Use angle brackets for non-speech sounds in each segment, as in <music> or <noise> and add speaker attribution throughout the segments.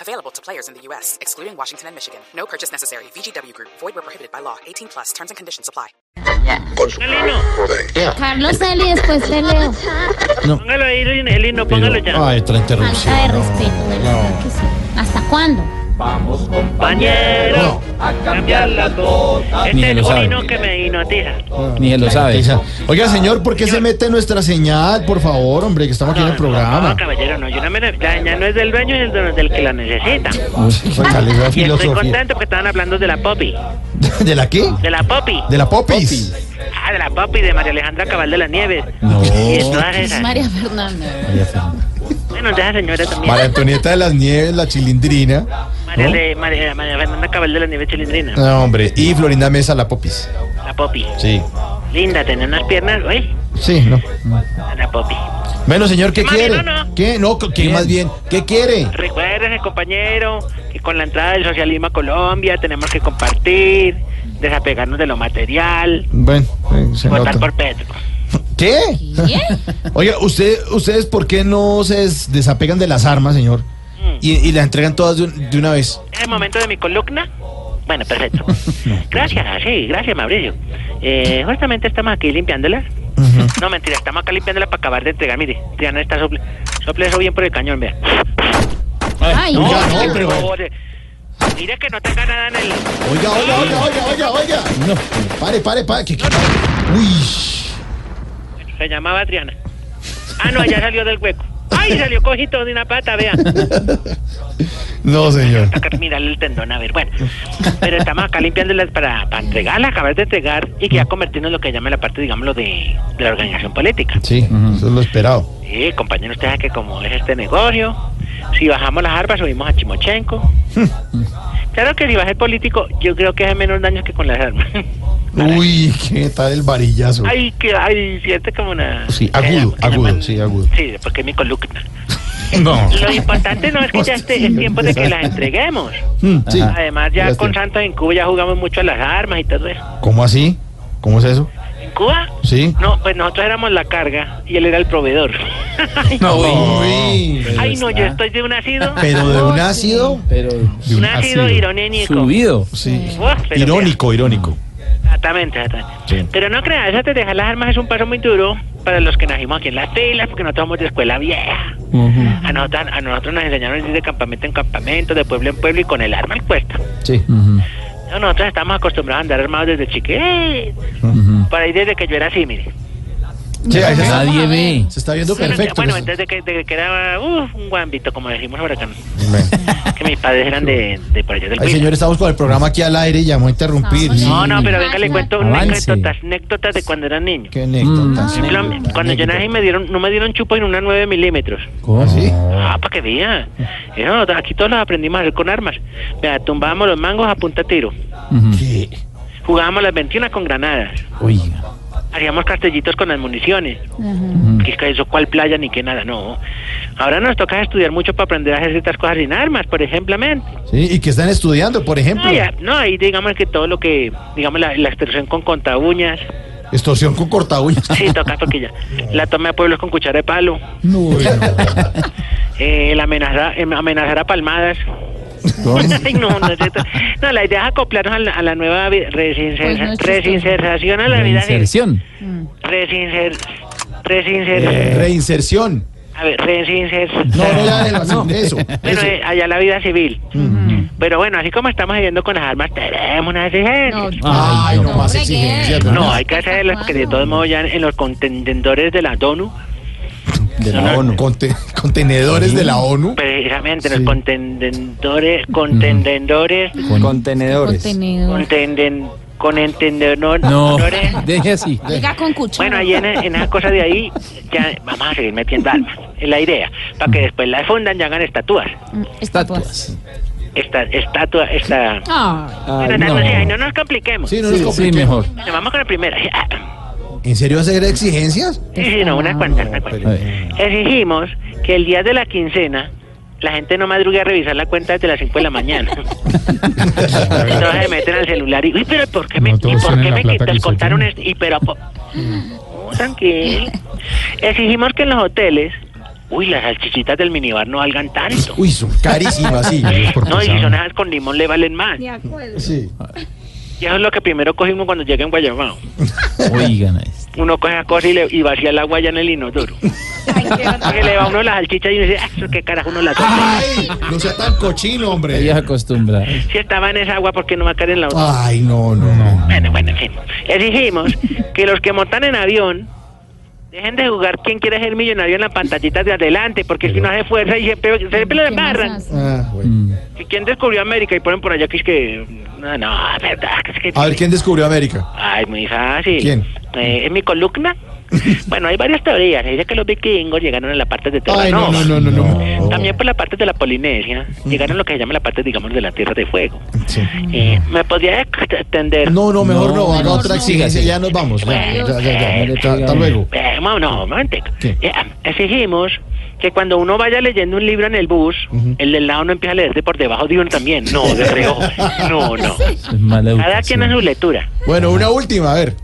Speaker 1: Available to players in the U.S., excluding Washington and Michigan. No purchase necessary. VGW Group, void were prohibited by law. 18 plus terms and conditions apply.
Speaker 2: Con su- Sí.
Speaker 3: Carlos Eli, después te leo.
Speaker 4: Póngalo ahí, Lin- el himno, póngalo ya.
Speaker 5: Ah, otra interrupción.
Speaker 3: Falta de respeto, de verdad que sí. ¿Hasta cuándo?
Speaker 4: Compañero, a cambiar las cosas.
Speaker 5: Ni
Speaker 4: Este es
Speaker 5: lo
Speaker 4: el
Speaker 5: sabe.
Speaker 4: himno que me hipnotiza.
Speaker 5: Ni él lo sabe.
Speaker 6: Esa. Oiga, señor, ¿por qué se mete en nuestra señal? Por favor, hombre, que estamos aquí en el
Speaker 4: No,
Speaker 6: programa.
Speaker 4: caballero, no, yo no me la extraña, no es del dueño, es del, del que la necesita.
Speaker 6: Calidad,
Speaker 4: Ah, Y estoy
Speaker 6: filosofía.
Speaker 4: contento porque estaban hablando de la Poppy.
Speaker 6: <laughs> ¿De la qué?
Speaker 4: ¿De la Poppy?
Speaker 6: ¿De la popis?
Speaker 4: Ah, de la Poppy, de María Alejandra Cabal de las Nieves.
Speaker 6: No.
Speaker 4: Y de todas esas.
Speaker 3: María Fernanda.
Speaker 4: Bueno, de esa señora también.
Speaker 6: María Antonieta de las Nieves, la chilindrina.
Speaker 4: María, de- María, María Fernanda Cabal de las Nieves Chilindrina.
Speaker 6: No, hombre. Y Florinda Mesa, la popis.
Speaker 4: La Poppy.
Speaker 6: Sí.
Speaker 4: Linda, tenía unas piernas, oye.
Speaker 6: Sí, no.
Speaker 4: La Poppy.
Speaker 6: Bueno, señor, ¿qué
Speaker 4: Mami,
Speaker 6: quiere?
Speaker 4: no, no.
Speaker 6: ¿Qué? No, ¿qué más bien? ¿Qué quiere?
Speaker 4: Recuerden, compañero, que con la entrada del socialismo a Colombia tenemos que compartir, desapegarnos de lo material,
Speaker 6: Bueno, eh, se
Speaker 4: votar
Speaker 6: nota.
Speaker 4: por Petro.
Speaker 6: ¿Qué?
Speaker 3: ¿Qué?
Speaker 6: <laughs> Oiga, usted, ¿ustedes por qué no se des- desapegan de las armas, señor? Y, y las entregan todas de, un- de una vez.
Speaker 4: Mm, ¿Es el momento de mi columna? Bueno,
Speaker 6: <laughs>
Speaker 4: perfecto. Gracias, sí, gracias, Mauricio. Eh, justamente estamos aquí limpiándolas. No, mentira, estamos acá limpiándolas para acabar de entregar. Mire, Triana está sople, sople eso bien por el cañón,
Speaker 6: <laughs>
Speaker 4: vea.
Speaker 3: Ay,
Speaker 4: No,
Speaker 6: Oiga,
Speaker 4: por
Speaker 6: no, pero-
Speaker 4: favor, eh, Mire que no tenga nada en el...
Speaker 6: Oiga, oiga, oiga, oiga, oiga, oiga. No. Pare, pare, pare. que- que- Uy.
Speaker 4: Se llamaba Triana. Ah, no, ya salió del hueco. ¡Ay, salió cojito de una pata, vean!
Speaker 6: No, señor.
Speaker 4: Toca mirarle el tendón, a ver, bueno. Pero estamos acá limpiándolas para, para entregarla, acabar de entregar y que ya convertirnos en lo que llama la parte, digámoslo, de, de la organización política.
Speaker 6: Sí, eso es lo esperado.
Speaker 4: Sí, compañero, usted sabe que como es este negocio, si bajamos las armas, subimos a Chimochenko. Claro que si baja el político, yo creo que hace menos daño que con las armas. <laughs>
Speaker 6: Uy, qué tal el varillazo.
Speaker 4: ay, que, ay, siente como una...
Speaker 6: Sí, agudo,
Speaker 4: que llaman-
Speaker 6: agudo, sí, agudo.
Speaker 4: Sí, porque es mi columna.
Speaker 6: No.
Speaker 4: Lo importante no es que ya esté es tiempo de que
Speaker 6: <laughs>
Speaker 4: las entreguemos.
Speaker 6: Mm, Sí.
Speaker 4: Además, ya
Speaker 6: Gracias.
Speaker 4: con Santos en Cuba ya jugamos mucho a las armas y todo eso.
Speaker 6: ¿Cómo así? ¿Cómo es eso?
Speaker 4: ¿En Cuba?
Speaker 6: Sí.
Speaker 4: No, pues nosotros éramos la carga y él era el proveedor.
Speaker 6: No, pues uy.
Speaker 4: Ay, no, yo estoy de un
Speaker 6: <laughs>
Speaker 4: ácido.
Speaker 6: Pero de un ácido.
Speaker 5: Pero
Speaker 6: De
Speaker 4: un ácido irónico.
Speaker 5: subido.
Speaker 6: Sí.
Speaker 4: Buah, pero
Speaker 6: Irónico, irónico.
Speaker 4: mira, Exactamente, exactamente.
Speaker 6: Sí.
Speaker 4: Pero no creas, eso de dejar las armas es un paso muy duro para los que nacimos aquí en las filas, porque nosotros somos de escuela vieja. a, nosotros, a nosotros nos enseñaron a ir de campamento en campamento, de pueblo en pueblo y con el arma al cuesta.
Speaker 6: Sí.
Speaker 4: No, nosotros estamos acostumbrados a andar armados desde chiquitos. Por ahí desde que yo era así, mire.
Speaker 6: Sí, ahí se está,
Speaker 5: Nadie ve.
Speaker 6: se está viendo
Speaker 4: Bueno,
Speaker 6: perfecto. pues.
Speaker 4: Bueno,
Speaker 6: eso.
Speaker 4: desde que, desde que era uf, un guambito, como decimos por acá. ¿no?
Speaker 6: Bueno.
Speaker 4: Que mis padres eran de, de por allá del
Speaker 6: pues. Ay,
Speaker 4: Huila.
Speaker 6: señor, estamos con el programa aquí al aire y llamó a interrumpir.
Speaker 4: No, no, pero venga, le cuento unas
Speaker 5: Avance.
Speaker 4: anécdotas, anécdotas de cuando era niño.
Speaker 6: Qué anécdota.
Speaker 4: Por ejemplo, Mm. Cuando yo nací me dieron, no me dieron chupo en una 9 milímetros.
Speaker 5: ¿Cómo?
Speaker 6: ¿Sí?
Speaker 4: Ah, para que vea. Eso, aquí todos los aprendimos a hacer con armas. Vea, tumbábamos los mangos a punta de tiro.
Speaker 6: ¿Qué?
Speaker 4: Jugábamos las 21 con granadas.
Speaker 5: Oiga.
Speaker 4: Hacíamos castellitos con las municiones. Que es que eso, cuál playa ni qué nada, no. Ahora nos toca estudiar mucho para aprender a hacer ciertas cosas sin armas, por ejemplo. men.
Speaker 6: Sí, y que están estudiando, por ejemplo.
Speaker 4: No, ya- no, ahí digamos que todo lo que, digamos, la, la extorsión con contabuñas.
Speaker 6: Extorsión con corta uñas. <laughs>
Speaker 4: Sí, toca porque ya. La toma de pueblos con cuchara de palo.
Speaker 7: <laughs>
Speaker 4: <laughs> Eh, el amenazar, em, amenazar a palmadas. <laughs> Ay, no, no, es cierto. No, la idea es acoplarnos a la, a la nueva vida.
Speaker 3: Pues no
Speaker 4: Resincerza-
Speaker 3: es chistoso.
Speaker 4: Resincerización a la vida.
Speaker 5: Inserción.
Speaker 4: Resincer. Resincer.
Speaker 6: Eh, Reinserción.
Speaker 4: A ver, resincer.
Speaker 6: No, no, ya, déjalo así, eso.
Speaker 4: Bueno,
Speaker 6: eso.
Speaker 4: eh, allá la vida civil. Pero bueno, así como estamos viviendo con las armas, tenemos una
Speaker 3: No,
Speaker 4: exigencia.
Speaker 6: Ay, no,
Speaker 3: No,
Speaker 6: más
Speaker 3: hombre, ¿qué?
Speaker 6: exigencia.
Speaker 4: No,
Speaker 6: pero nada.
Speaker 4: hay que hacerlas porque de todos modos ya en los contendedores de la DONU,
Speaker 5: De la ONU.
Speaker 6: Conte- contenedores de la ONU.
Speaker 4: precisamente
Speaker 6: Sí.
Speaker 4: los contendedores, contendedores,
Speaker 5: Contenedores.
Speaker 3: Contenido.
Speaker 4: contenden, con entendedor,
Speaker 5: No.
Speaker 4: entendedores.
Speaker 5: Deje así.
Speaker 3: Llega con cuchara.
Speaker 4: Bueno, ahí en, en esa cosa de ahí, ya vamos a seguir metiendo armas. Es la idea. Para que después las fundan y hagan estatuas.
Speaker 3: Mm, Estatuas.
Speaker 5: Estatuas.
Speaker 4: esta estatua, esta...
Speaker 3: Ay,
Speaker 4: Pero no,
Speaker 5: no.
Speaker 4: sé, ay, no nos compliquemos.
Speaker 6: Sí, no nos
Speaker 5: Sí, sí,
Speaker 6: compliquemos.
Speaker 5: mejor.
Speaker 4: Bueno, vamos con la primera. Ah,
Speaker 6: ¿En serio hacer
Speaker 4: <laughs>
Speaker 6: exigencias?
Speaker 4: Sí, sí, no, unas cuantas, unas cuantas.
Speaker 5: A ver.
Speaker 4: Exigimos que el día de la quincena la gente no madrugue a revisar la cuenta desde las 5 de la mañana. Entonces se meten al celular y, uy, pero ¿por qué me,
Speaker 8: No
Speaker 4: y
Speaker 8: todos
Speaker 4: por
Speaker 8: tienen
Speaker 4: qué
Speaker 8: la
Speaker 4: me
Speaker 8: plata que
Speaker 4: quitas-
Speaker 8: usted
Speaker 4: contaron
Speaker 8: tiene.
Speaker 4: esto? Y pero, po- No, tranquilo. Exigimos que en los hoteles, uy, las salchichitas del minibar no valgan tanto.
Speaker 6: Uy, son carísimas, sí.
Speaker 8: Por
Speaker 4: No, y si
Speaker 8: pesado.
Speaker 4: son esas con limón le valen más.
Speaker 3: de acuerdo.
Speaker 6: Sí.
Speaker 4: Y eso es lo que primero cogimos cuando llegué en Guayabao.
Speaker 5: <laughs> Oigan a este.
Speaker 4: Uno coge la cosa y, le, y vacía el agua ya en el inodoro. Porque le va uno las salchichas y uno dice, "Ah, eso qué carajo uno las
Speaker 6: ¡Ay! No sea tan cochino,
Speaker 5: Ella
Speaker 6: hombre.
Speaker 5: se acostumbra.
Speaker 4: Si estaba en esa agua, ¿por qué no va a caer en la otra?
Speaker 6: Ay, no, no, no.
Speaker 4: Bueno, bueno, en fin. Exigimos que los que montan en avión dejen de jugar quién quiere ser millonario en la pantallita de adelante, porque si no hace fuerza y siempre, siempre lo
Speaker 3: ¿Qué más
Speaker 4: embarran.
Speaker 3: hace?
Speaker 6: Ah,
Speaker 5: Mm,
Speaker 6: bueno.
Speaker 4: ¿Y quién descubrió América? Y ponen por allá que es que... No, no, verdad. que es que-
Speaker 6: A ver, ¿quién descubrió América?
Speaker 4: Ay, muy fácil.
Speaker 6: ¿Quién?
Speaker 4: Eh, ¿Es mi
Speaker 6: <laughs>
Speaker 4: columna? bueno, hay varias teorías. Se dice que los vikingos llegaron a la parte de Terra
Speaker 6: Ay, no,
Speaker 4: Nova.
Speaker 6: no, no, no. no.
Speaker 4: También por la parte de la Polinesia, llegaron a lo que se llama la parte, digamos, de la Tierra de Fuego.
Speaker 6: Sí.
Speaker 4: Eh, ¿Me podría extender?
Speaker 6: No, no, mejor no,
Speaker 5: No,
Speaker 6: haga
Speaker 5: no,
Speaker 6: otra
Speaker 5: no.
Speaker 6: exigencia,
Speaker 5: Siga,
Speaker 6: ya nos vamos. Ya, ya, ya, ya,
Speaker 5: Bueno.
Speaker 6: ya, Hasta luego.
Speaker 4: Eh, no, no, un momentico.
Speaker 6: ¿Qué?
Speaker 4: Eh, exigimos que cuando uno vaya leyendo un libro en el bus, el del lado no empieza a leerte por debajo de uno también. No, de reo. No, no.
Speaker 5: Es mala
Speaker 4: Cada quien
Speaker 5: educación.
Speaker 4: a su lectura.
Speaker 6: Bueno, una última, a ver.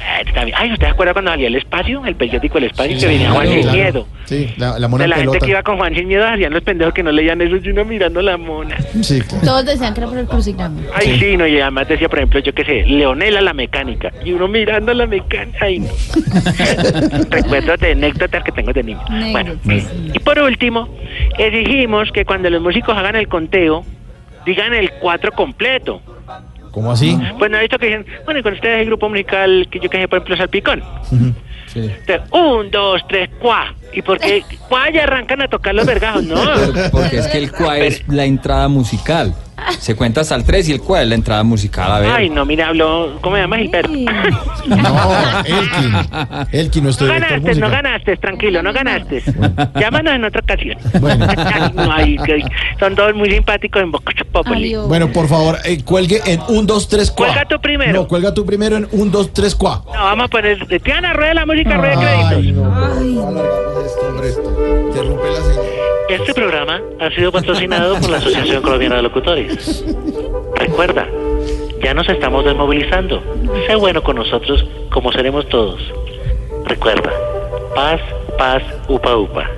Speaker 4: Eh, está bien. Ay, ¿usted se acuerda cuando salía el espacio? El periódico El Espacio que venía Juan
Speaker 6: Claro,
Speaker 4: Sin
Speaker 6: claro.
Speaker 4: Miedo.
Speaker 6: Sí, la, la
Speaker 4: De
Speaker 6: mona
Speaker 4: la
Speaker 6: en pelota.
Speaker 4: gente que iba con Juan Sin Miedo hacían los pendejos que no leían eso y uno mirando la mona.
Speaker 6: Sí, claro.
Speaker 3: Todos decían que era por el crucigrama.
Speaker 4: Ay, sí. no, y además decía, por ejemplo, yo qué sé, Leonela la mecánica. Y uno mirando a la mecánica. Ay, no. Recuerdo de anécdotas que tengo de niño. Bueno,
Speaker 3: Anécdotas, sí.
Speaker 4: y por último, exigimos que cuando los músicos hagan el conteo, digan el cuatro completo. Pues
Speaker 6: ¿Cómo así?
Speaker 4: Bueno, esto que dicen, bueno, y con ustedes el grupo musical que yo qué sé, por ejemplo, Salpicón.
Speaker 5: Sí.
Speaker 4: Entonces, un, dos, tres, cuá.
Speaker 3: <laughs>
Speaker 4: Y porque cuá ya arrancan a tocar los vergajos, ¿no?
Speaker 7: Porque es que el cuá es la entrada musical. Se cuenta hasta el 3 y el cuá es la entrada musical. A ver.
Speaker 4: Ay, no, mira, hablo, ¿cómo se llama Gilberto?
Speaker 6: No, Elkin. Elkin, nuestro
Speaker 4: No
Speaker 6: director
Speaker 4: ganaste, no
Speaker 6: musical.
Speaker 4: ganaste, tranquilo, no ganaste. Llámanos en otra ocasión.
Speaker 6: Bueno.
Speaker 4: <laughs> Ay, no, ay, que- son todos muy simpáticos en Vox Populi.
Speaker 3: Adiós.
Speaker 6: Bueno, por favor, eh, cuelgue en un, dos, tres, cuá.
Speaker 4: Cuelga tú primero.
Speaker 6: No, cuelga tú primero en un, dos, tres, cuá.
Speaker 4: No, vamos a poner. Tiana, rueda la música, rueda créditos.
Speaker 6: no. alargamos esto, hombre. Te rompe la señal.
Speaker 4: Este programa ha sido patrocinado por la Asociación Colombiana de Locutores. Recuerda, ya nos estamos desmovilizando. Sé bueno con nosotros, como seremos todos. Recuerda, paz, paz, upa, upa.